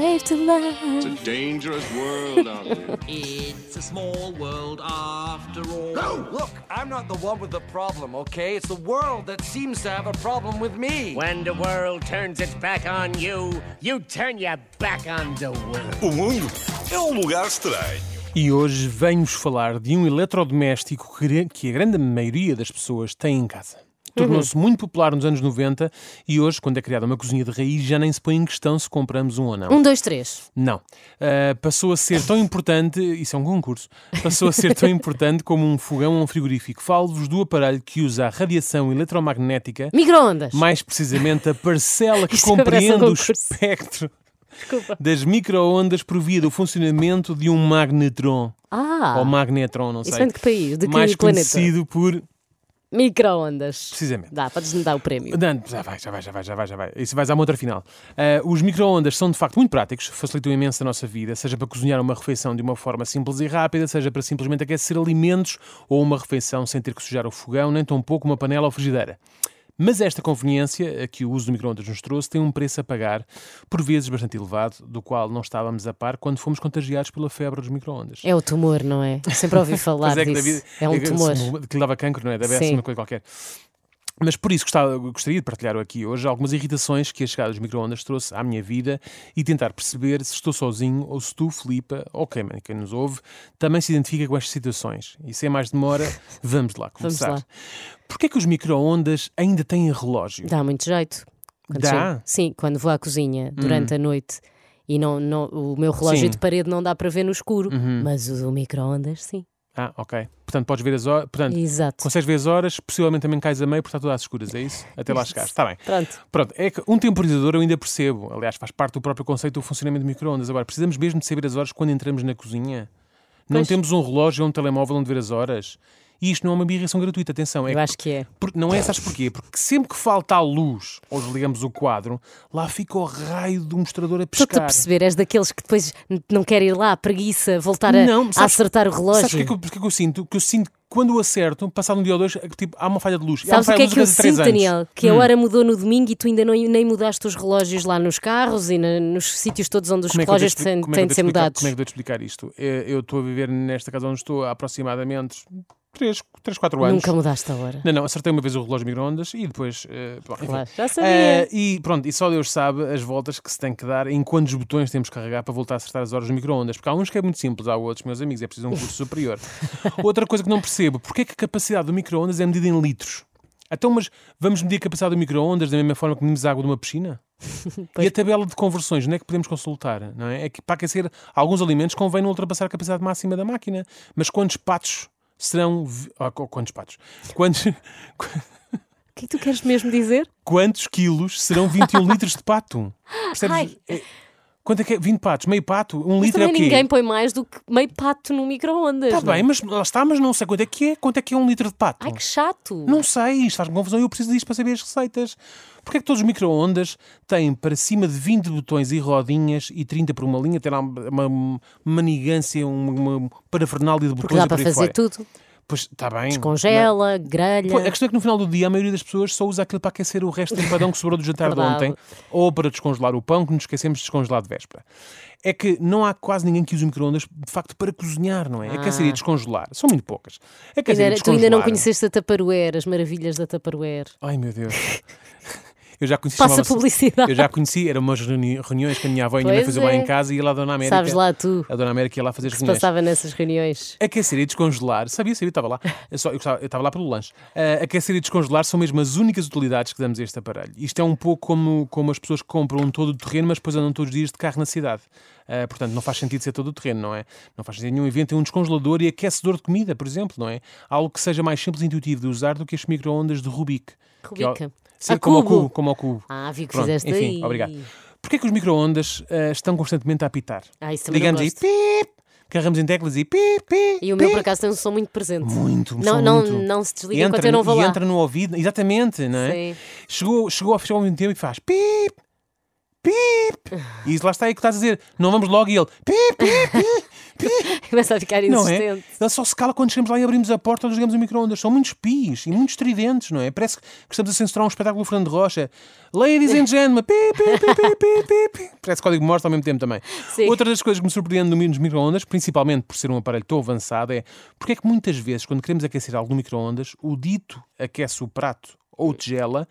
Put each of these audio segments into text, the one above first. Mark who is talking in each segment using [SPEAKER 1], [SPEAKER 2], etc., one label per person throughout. [SPEAKER 1] Wave to
[SPEAKER 2] It's
[SPEAKER 1] love.
[SPEAKER 2] a dangerous world out there.
[SPEAKER 3] It's a small world after all.
[SPEAKER 4] Look, I'm not the one with the problem, okay? It's the world that seems to have a problem with me.
[SPEAKER 5] When the world turns its back on you, you turn your back on the world.
[SPEAKER 6] O mundo é um lugar estranho.
[SPEAKER 7] E hoje venho-vos falar de um eletrodoméstico que que a grande maioria das pessoas tem em casa. Tornou-se muito popular nos anos 90 e hoje, quando é criada uma cozinha de raiz, já nem se põe em questão se compramos um ou não.
[SPEAKER 1] Um, dois, três.
[SPEAKER 7] Não. Ah, passou a ser tão importante, isso é um concurso, passou a ser tão importante como um fogão ou um frigorífico. Falo-vos do aparelho que usa a radiação eletromagnética,
[SPEAKER 1] Microondas.
[SPEAKER 7] mais precisamente a parcela que
[SPEAKER 1] Isto parece um
[SPEAKER 7] compreende o
[SPEAKER 1] concurso.
[SPEAKER 7] espectro
[SPEAKER 1] Desculpa.
[SPEAKER 7] das microondas provia do funcionamento de um magnetron.
[SPEAKER 1] Ah,
[SPEAKER 7] Ou magnetron, não
[SPEAKER 1] Isso
[SPEAKER 7] sei.
[SPEAKER 1] vem de que país? De que
[SPEAKER 7] Mais
[SPEAKER 1] planeta?
[SPEAKER 7] conhecido por.
[SPEAKER 1] microondas.
[SPEAKER 7] Precisamente.
[SPEAKER 1] Dá, podes-me dar o prémio.
[SPEAKER 7] Não, já vai, já vai, já vai, já vai, já vai. Isso vais à uma outra final. Ah, os microondas são de facto muito práticos, facilitam imenso a nossa vida, seja para cozinhar uma refeição de uma forma simples e rápida, seja para simplesmente aquecer alimentos ou uma refeição sem ter que sujar o fogão, nem tão pouco uma panela ou frigideira. Mas esta conveniência a que o uso do microondas nos trouxe tem um preço a pagar, por vezes bastante elevado, do qual não estávamos a par quando fomos contagiados pela febre dos microondas.
[SPEAKER 1] É o tumor, não é? Sempre ouvi falar
[SPEAKER 7] Pois é, que
[SPEAKER 1] disso.
[SPEAKER 7] David-
[SPEAKER 1] é um
[SPEAKER 7] que-
[SPEAKER 1] tumor.
[SPEAKER 7] Que lhe dava cancro, não é? Deve ser
[SPEAKER 1] Sim.
[SPEAKER 7] uma coisa qualquer. Mas por isso gostava- gostaria de partilhar aqui hoje algumas irritações que a chegada dos microondas trouxe à minha vida e tentar perceber se estou sozinho ou se tu, Filipa, ou quem, quem nos ouve, também se identifica com estas situações. E sem mais demora, vamos lá
[SPEAKER 1] Vamos
[SPEAKER 7] começar.
[SPEAKER 1] lá.
[SPEAKER 7] Porquê que os microondas ainda têm relógio?
[SPEAKER 1] Dá muito jeito. Quando
[SPEAKER 7] Dá? Hum.
[SPEAKER 1] chego- Sim, quando vou à cozinha durante a noite e não, não- o meu relógio
[SPEAKER 7] Sim. Uhum.
[SPEAKER 1] de parede não dá para ver no escuro, mas o do microondas sim.
[SPEAKER 7] Ah, ok. Portanto, podes ver as horas. Portanto,
[SPEAKER 1] Exato.
[SPEAKER 7] consegues ver as horas, possivelmente também cais a meio, porque está tudo às escuras, é isso? Até lá chegares. Está bem.
[SPEAKER 1] Pronto.
[SPEAKER 7] Pronto, é que um temporizador eu ainda percebo. Aliás, faz parte do próprio conceito do funcionamento do microondas. Agora, precisamos mesmo de saber as horas quando entramos na cozinha? Não
[SPEAKER 1] Pois.
[SPEAKER 7] temos um relógio ou um telemóvel onde ver as horas? E isto não é uma birração gratuita, atenção. É
[SPEAKER 1] Eu acho que é.
[SPEAKER 7] por- não é, sabes porquê? Porque sempre que falta a luz ou desligamos o quadro, lá fica o raio do mostrador a
[SPEAKER 1] Estou-te a
[SPEAKER 7] pescar.
[SPEAKER 1] perceber, és daqueles que depois n- não quer ir lá, preguiça, voltar a,
[SPEAKER 7] Não,
[SPEAKER 1] a
[SPEAKER 7] sabes-
[SPEAKER 1] acertar o relógio.
[SPEAKER 7] Sabes o que, é que, eu- porque é que eu sinto? Que eu sinto que quando eu acerto, passado um dia ou dois, é que, tipo, há uma falha de luz. E há uma
[SPEAKER 1] Sabes o
[SPEAKER 7] falha
[SPEAKER 1] que é
[SPEAKER 7] de
[SPEAKER 1] que eu
[SPEAKER 7] luz a cada
[SPEAKER 1] sinto,
[SPEAKER 7] três anos. Hum.
[SPEAKER 1] Daniel? Que a hora mudou no domingo e tu ainda não, nem mudaste os relógios lá nos carros e na- nos sítios todos onde os
[SPEAKER 7] Como é que eu te
[SPEAKER 1] relógios
[SPEAKER 7] expli-
[SPEAKER 1] têm,
[SPEAKER 7] como é que
[SPEAKER 1] têm
[SPEAKER 7] eu te
[SPEAKER 1] de ser
[SPEAKER 7] explicar-
[SPEAKER 1] mudados.
[SPEAKER 7] Como é que eu te explicar isto? Eu, eu estou a viver nesta casa onde estou há aproximadamente 3, 3 4 anos.
[SPEAKER 1] Nunca mudaste a hora.
[SPEAKER 7] Não, não, acertei uma vez o relógio de microondas e depois. eh, bom, enfim.
[SPEAKER 1] Claro, já sabia.
[SPEAKER 7] Eh, e pronto, e só Deus sabe as voltas que se tem que dar, em quantos botões temos que carregar para voltar a acertar as horas do microondas. Porque há uns que é muito simples, há outros, meus amigos, é preciso um curso superior. Outra coisa que não percebo, porque é que a capacidade do microondas é medida em litros? Então, mas vamos medir a capacidade do microondas da mesma forma que medimos a água de uma piscina? E a tabela de conversões, onde é que podemos consultar? Não é? é que para aquecer alguns alimentos convém não ultrapassar a capacidade máxima da máquina. Mas quantos patos serão. vi- ah, qu- quantos patos? Quantos,
[SPEAKER 1] O que é que tu queres mesmo dizer?
[SPEAKER 7] quantos quilos serão 21 litros de pato? Percebes?
[SPEAKER 1] Ai.
[SPEAKER 7] É- Quanto é que é? 20 patos? Meio pato? Um
[SPEAKER 1] Mas
[SPEAKER 7] litro é o
[SPEAKER 1] também
[SPEAKER 7] quê?
[SPEAKER 1] ninguém põe mais do que meio pato no microondas.
[SPEAKER 7] Está
[SPEAKER 1] não é?
[SPEAKER 7] Tá bem, mas lá está, mas não sei quanto é que é. Quanto é que é um litro de pato?
[SPEAKER 1] Ai que chato!
[SPEAKER 7] Não sei, isto faz-me confusão e eu preciso disto para saber as receitas. Porquê é que todos os micro-ondas têm para cima de 20 botões e rodinhas e 30 por uma linha? Tem lá uma, uma manigância, uma, uma parafernália de
[SPEAKER 1] Porque dá
[SPEAKER 7] botões e por
[SPEAKER 1] para
[SPEAKER 7] aí
[SPEAKER 1] fazer
[SPEAKER 7] fora.
[SPEAKER 1] tudo.
[SPEAKER 7] Pois está bem.
[SPEAKER 1] Congela,
[SPEAKER 7] Mas-
[SPEAKER 1] grelha.
[SPEAKER 7] Pô, a questão é que no final do dia a maioria das pessoas só usa aquilo para aquecer o resto do empadão que sobrou do jantar de
[SPEAKER 1] Verdade.
[SPEAKER 7] ontem ou para descongelar o pão que nos esquecemos de descongelar de véspera. É que não há quase ninguém que use o micro-ondas de facto para cozinhar, não é? Aquecer e descongelar. São muito poucas. Aquecer e
[SPEAKER 1] Ah. Ainda- tu ainda não
[SPEAKER 7] é descongelar-
[SPEAKER 1] conheceste a Tupperware, as maravilhas da Tupperware.
[SPEAKER 7] Ai meu Deus. Eu já conheci.
[SPEAKER 1] Passa
[SPEAKER 7] chamava-se-
[SPEAKER 1] publicidade.
[SPEAKER 7] Eu já conheci, eram umas reuni- reuniões que a minha avó ainda
[SPEAKER 1] Pois
[SPEAKER 7] fazia lá
[SPEAKER 1] é.
[SPEAKER 7] em casa e ia lá a Dona América.
[SPEAKER 1] Sabes lá tu
[SPEAKER 7] A Dona América ia lá fazer as
[SPEAKER 1] que se
[SPEAKER 7] reuniões.
[SPEAKER 1] passava nessas reuniões.
[SPEAKER 7] Aquecer e descongelar, sabia, sabia, estava lá. Eu, só, eu, gostava- eu estava lá pelo lanche. Ah, aquecer e descongelar são mesmo as únicas utilidades que damos a este aparelho. Isto é um pouco como, como as pessoas que compram um todo o terreno, mas depois andam todos os dias de carro na cidade. Ah, portanto, não faz sentido ser todo o terreno, não é? Não faz sentido nenhum. Inventem um descongelador e aquecedor de comida, por exemplo, não é? Algo que seja mais simples e intuitivo de usar do que as microondas de Rubik. Que é o-
[SPEAKER 1] Rubica.
[SPEAKER 7] Sim,
[SPEAKER 1] A
[SPEAKER 7] como ao
[SPEAKER 1] cubo.
[SPEAKER 7] cubo, como ao cubo.
[SPEAKER 1] Ah, vi que
[SPEAKER 7] Pronto,
[SPEAKER 1] fizeste
[SPEAKER 7] enfim,
[SPEAKER 1] aí.
[SPEAKER 7] obrigado. Porquê que os micro-ondas ah, estão constantemente a apitar?
[SPEAKER 1] Ah, isso também não
[SPEAKER 7] Ligamos e
[SPEAKER 1] gosto.
[SPEAKER 7] pip, carregamos em teclas e pip, pip,
[SPEAKER 1] E o meu,
[SPEAKER 7] pip.
[SPEAKER 1] por acaso, tem um som muito presente.
[SPEAKER 7] Muito,
[SPEAKER 1] Não,
[SPEAKER 7] são
[SPEAKER 1] não,
[SPEAKER 7] muito.
[SPEAKER 1] não se desliga
[SPEAKER 7] E entra,
[SPEAKER 1] enquanto eu não vou
[SPEAKER 7] e
[SPEAKER 1] lá.
[SPEAKER 7] entra no ouvido, exatamente, não é?
[SPEAKER 1] Sim.
[SPEAKER 7] Chegou, chegou a fechar ao mesmo tempo e faz pip, pip. E lá está aí que estás a dizer, não vamos logo e ele pip, pip, pip, pip.
[SPEAKER 1] Começa a ficar
[SPEAKER 7] Não é?
[SPEAKER 1] insistente.
[SPEAKER 7] Ele só se cala quando chegamos lá e abrimos a porta ou desligamos o micro-ondas. São muitos pis e muitos tridentes, não é? Parece que estamos a censurar um espetáculo do Fernando Rocha. Ladies and gentlemen, pi, pi, pi, pi, pi, pi, pi. Parece código morte ao mesmo tempo também.
[SPEAKER 1] Sim.
[SPEAKER 7] Outra das coisas que me surpreende no nos micro-ondas, principalmente por ser um aparelho tão avançado, é porque é que muitas vezes, quando queremos aquecer algo no micro-ondas, o dito aquece o prato ou tigela,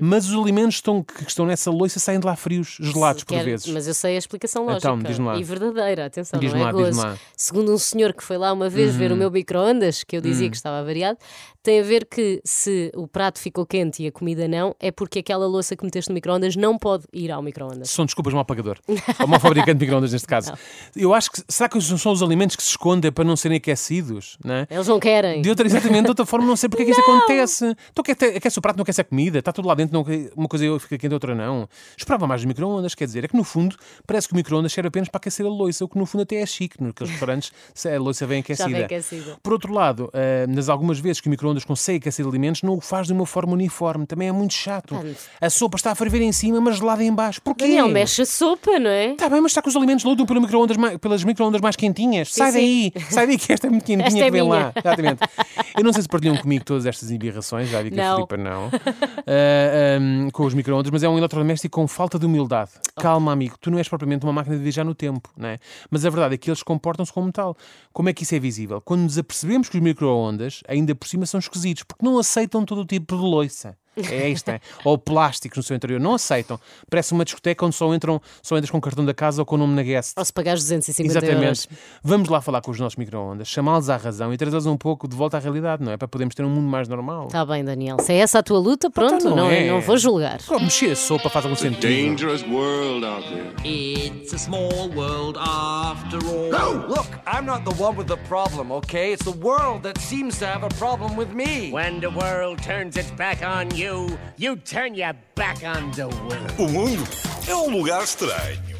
[SPEAKER 7] mas os alimentos estão- que estão nessa loiça saem de lá frios, gelados por
[SPEAKER 1] Quer-
[SPEAKER 7] vezes.
[SPEAKER 1] Mas eu sei a explicação
[SPEAKER 7] Então,
[SPEAKER 1] lógica
[SPEAKER 7] diz-me lá.
[SPEAKER 1] e verdadeira, atenção,
[SPEAKER 7] Diz-me
[SPEAKER 1] não é
[SPEAKER 7] lá, diz-me
[SPEAKER 1] gozo.
[SPEAKER 7] lá. Uhum.
[SPEAKER 1] Segundo um senhor que foi lá uma vez ver o meu micro-ondas, que eu dizia
[SPEAKER 7] Hum.
[SPEAKER 1] que estava variado, tem a ver que se o prato ficou quente e a comida não, é porque aquela louça que meteste no micro-ondas não pode ir ao micro-ondas.
[SPEAKER 7] São desculpas mal pagador. Ou mal fabricante de microondas, neste caso. Eu acho que. Será que são os alimentos que se escondem para não serem aquecidos? Não é?
[SPEAKER 1] Eles não querem.
[SPEAKER 7] De outra, exatamente, de outra forma, não sei porque é que isto acontece. Então, que até- aquece o prato, não aquece a comida, está tudo lá dentro, não, uma coisa fica quente, outra não. Esperava mais do micro-ondas, quer dizer, é que no fundo parece que o micro-ondas serve apenas para aquecer a loiça, o que no fundo até é chique, naqueles restaurantes se a loiça vem
[SPEAKER 1] Já
[SPEAKER 7] aquecida.
[SPEAKER 1] vem aquecida.
[SPEAKER 7] Por outro lado, ah, nas algumas vezes que o micro-ondas consegue aquecer alimentos, não o faz de uma forma uniforme, também é muito chato.
[SPEAKER 1] Ah, mas-
[SPEAKER 7] A sopa está a ferver em cima, mas gelada em baixo. Porquê?
[SPEAKER 1] Daniel, mexe a sopa, não é?
[SPEAKER 7] Está Tá bem, mas está que os alimentos lutam pelo micro-ondas mais- pelas microondas mais quentinhas. Sai daí, sai daí que esta é muito quentinha
[SPEAKER 1] Esta é
[SPEAKER 7] que vem
[SPEAKER 1] minha.
[SPEAKER 7] lá. Exatamente. Eu não sei se partilham comigo todas estas embirrações, já vi que a
[SPEAKER 1] Não.
[SPEAKER 7] Filipa não, Ah, ahm, com os microondas, mas é um eletrodoméstico com falta de humildade. Calma, amigo, tu não és propriamente uma máquina de viajar no tempo, não é? Mas a verdade é que eles comportam-se como tal. Como é que isso é visível? Quando nos apercebemos que os microondas, ainda por cima, são esquisitos, porque não aceitam todo o tipo de loiça. É isto, é? Ou plásticos no seu interior, não aceitam. Parece uma discoteca onde só, entram, só entras com o cartão da casa ou com o nome na guest.
[SPEAKER 1] Ou se pagares 250 euros.
[SPEAKER 7] Exatamente. Vamos lá falar com os nossos micro-ondas, chamá-los à razão e trazê-los um pouco de volta à realidade, não é? Para podermos ter um mundo mais normal.
[SPEAKER 1] Está bem, Daniel. Se é essa a tua luta, pronto,
[SPEAKER 7] não
[SPEAKER 1] não,
[SPEAKER 7] é.
[SPEAKER 1] não vou julgar.
[SPEAKER 7] Só mexer a sopa faz algum sentido.
[SPEAKER 2] Dangerous world out there.
[SPEAKER 3] It's a small world after all.
[SPEAKER 4] Look, I'm not the one with the problem, okay? It's the world that seems to have a problem with me.
[SPEAKER 5] When the world turns its back on you, you turn your back on the world.
[SPEAKER 6] O mundo é um lugar estranho.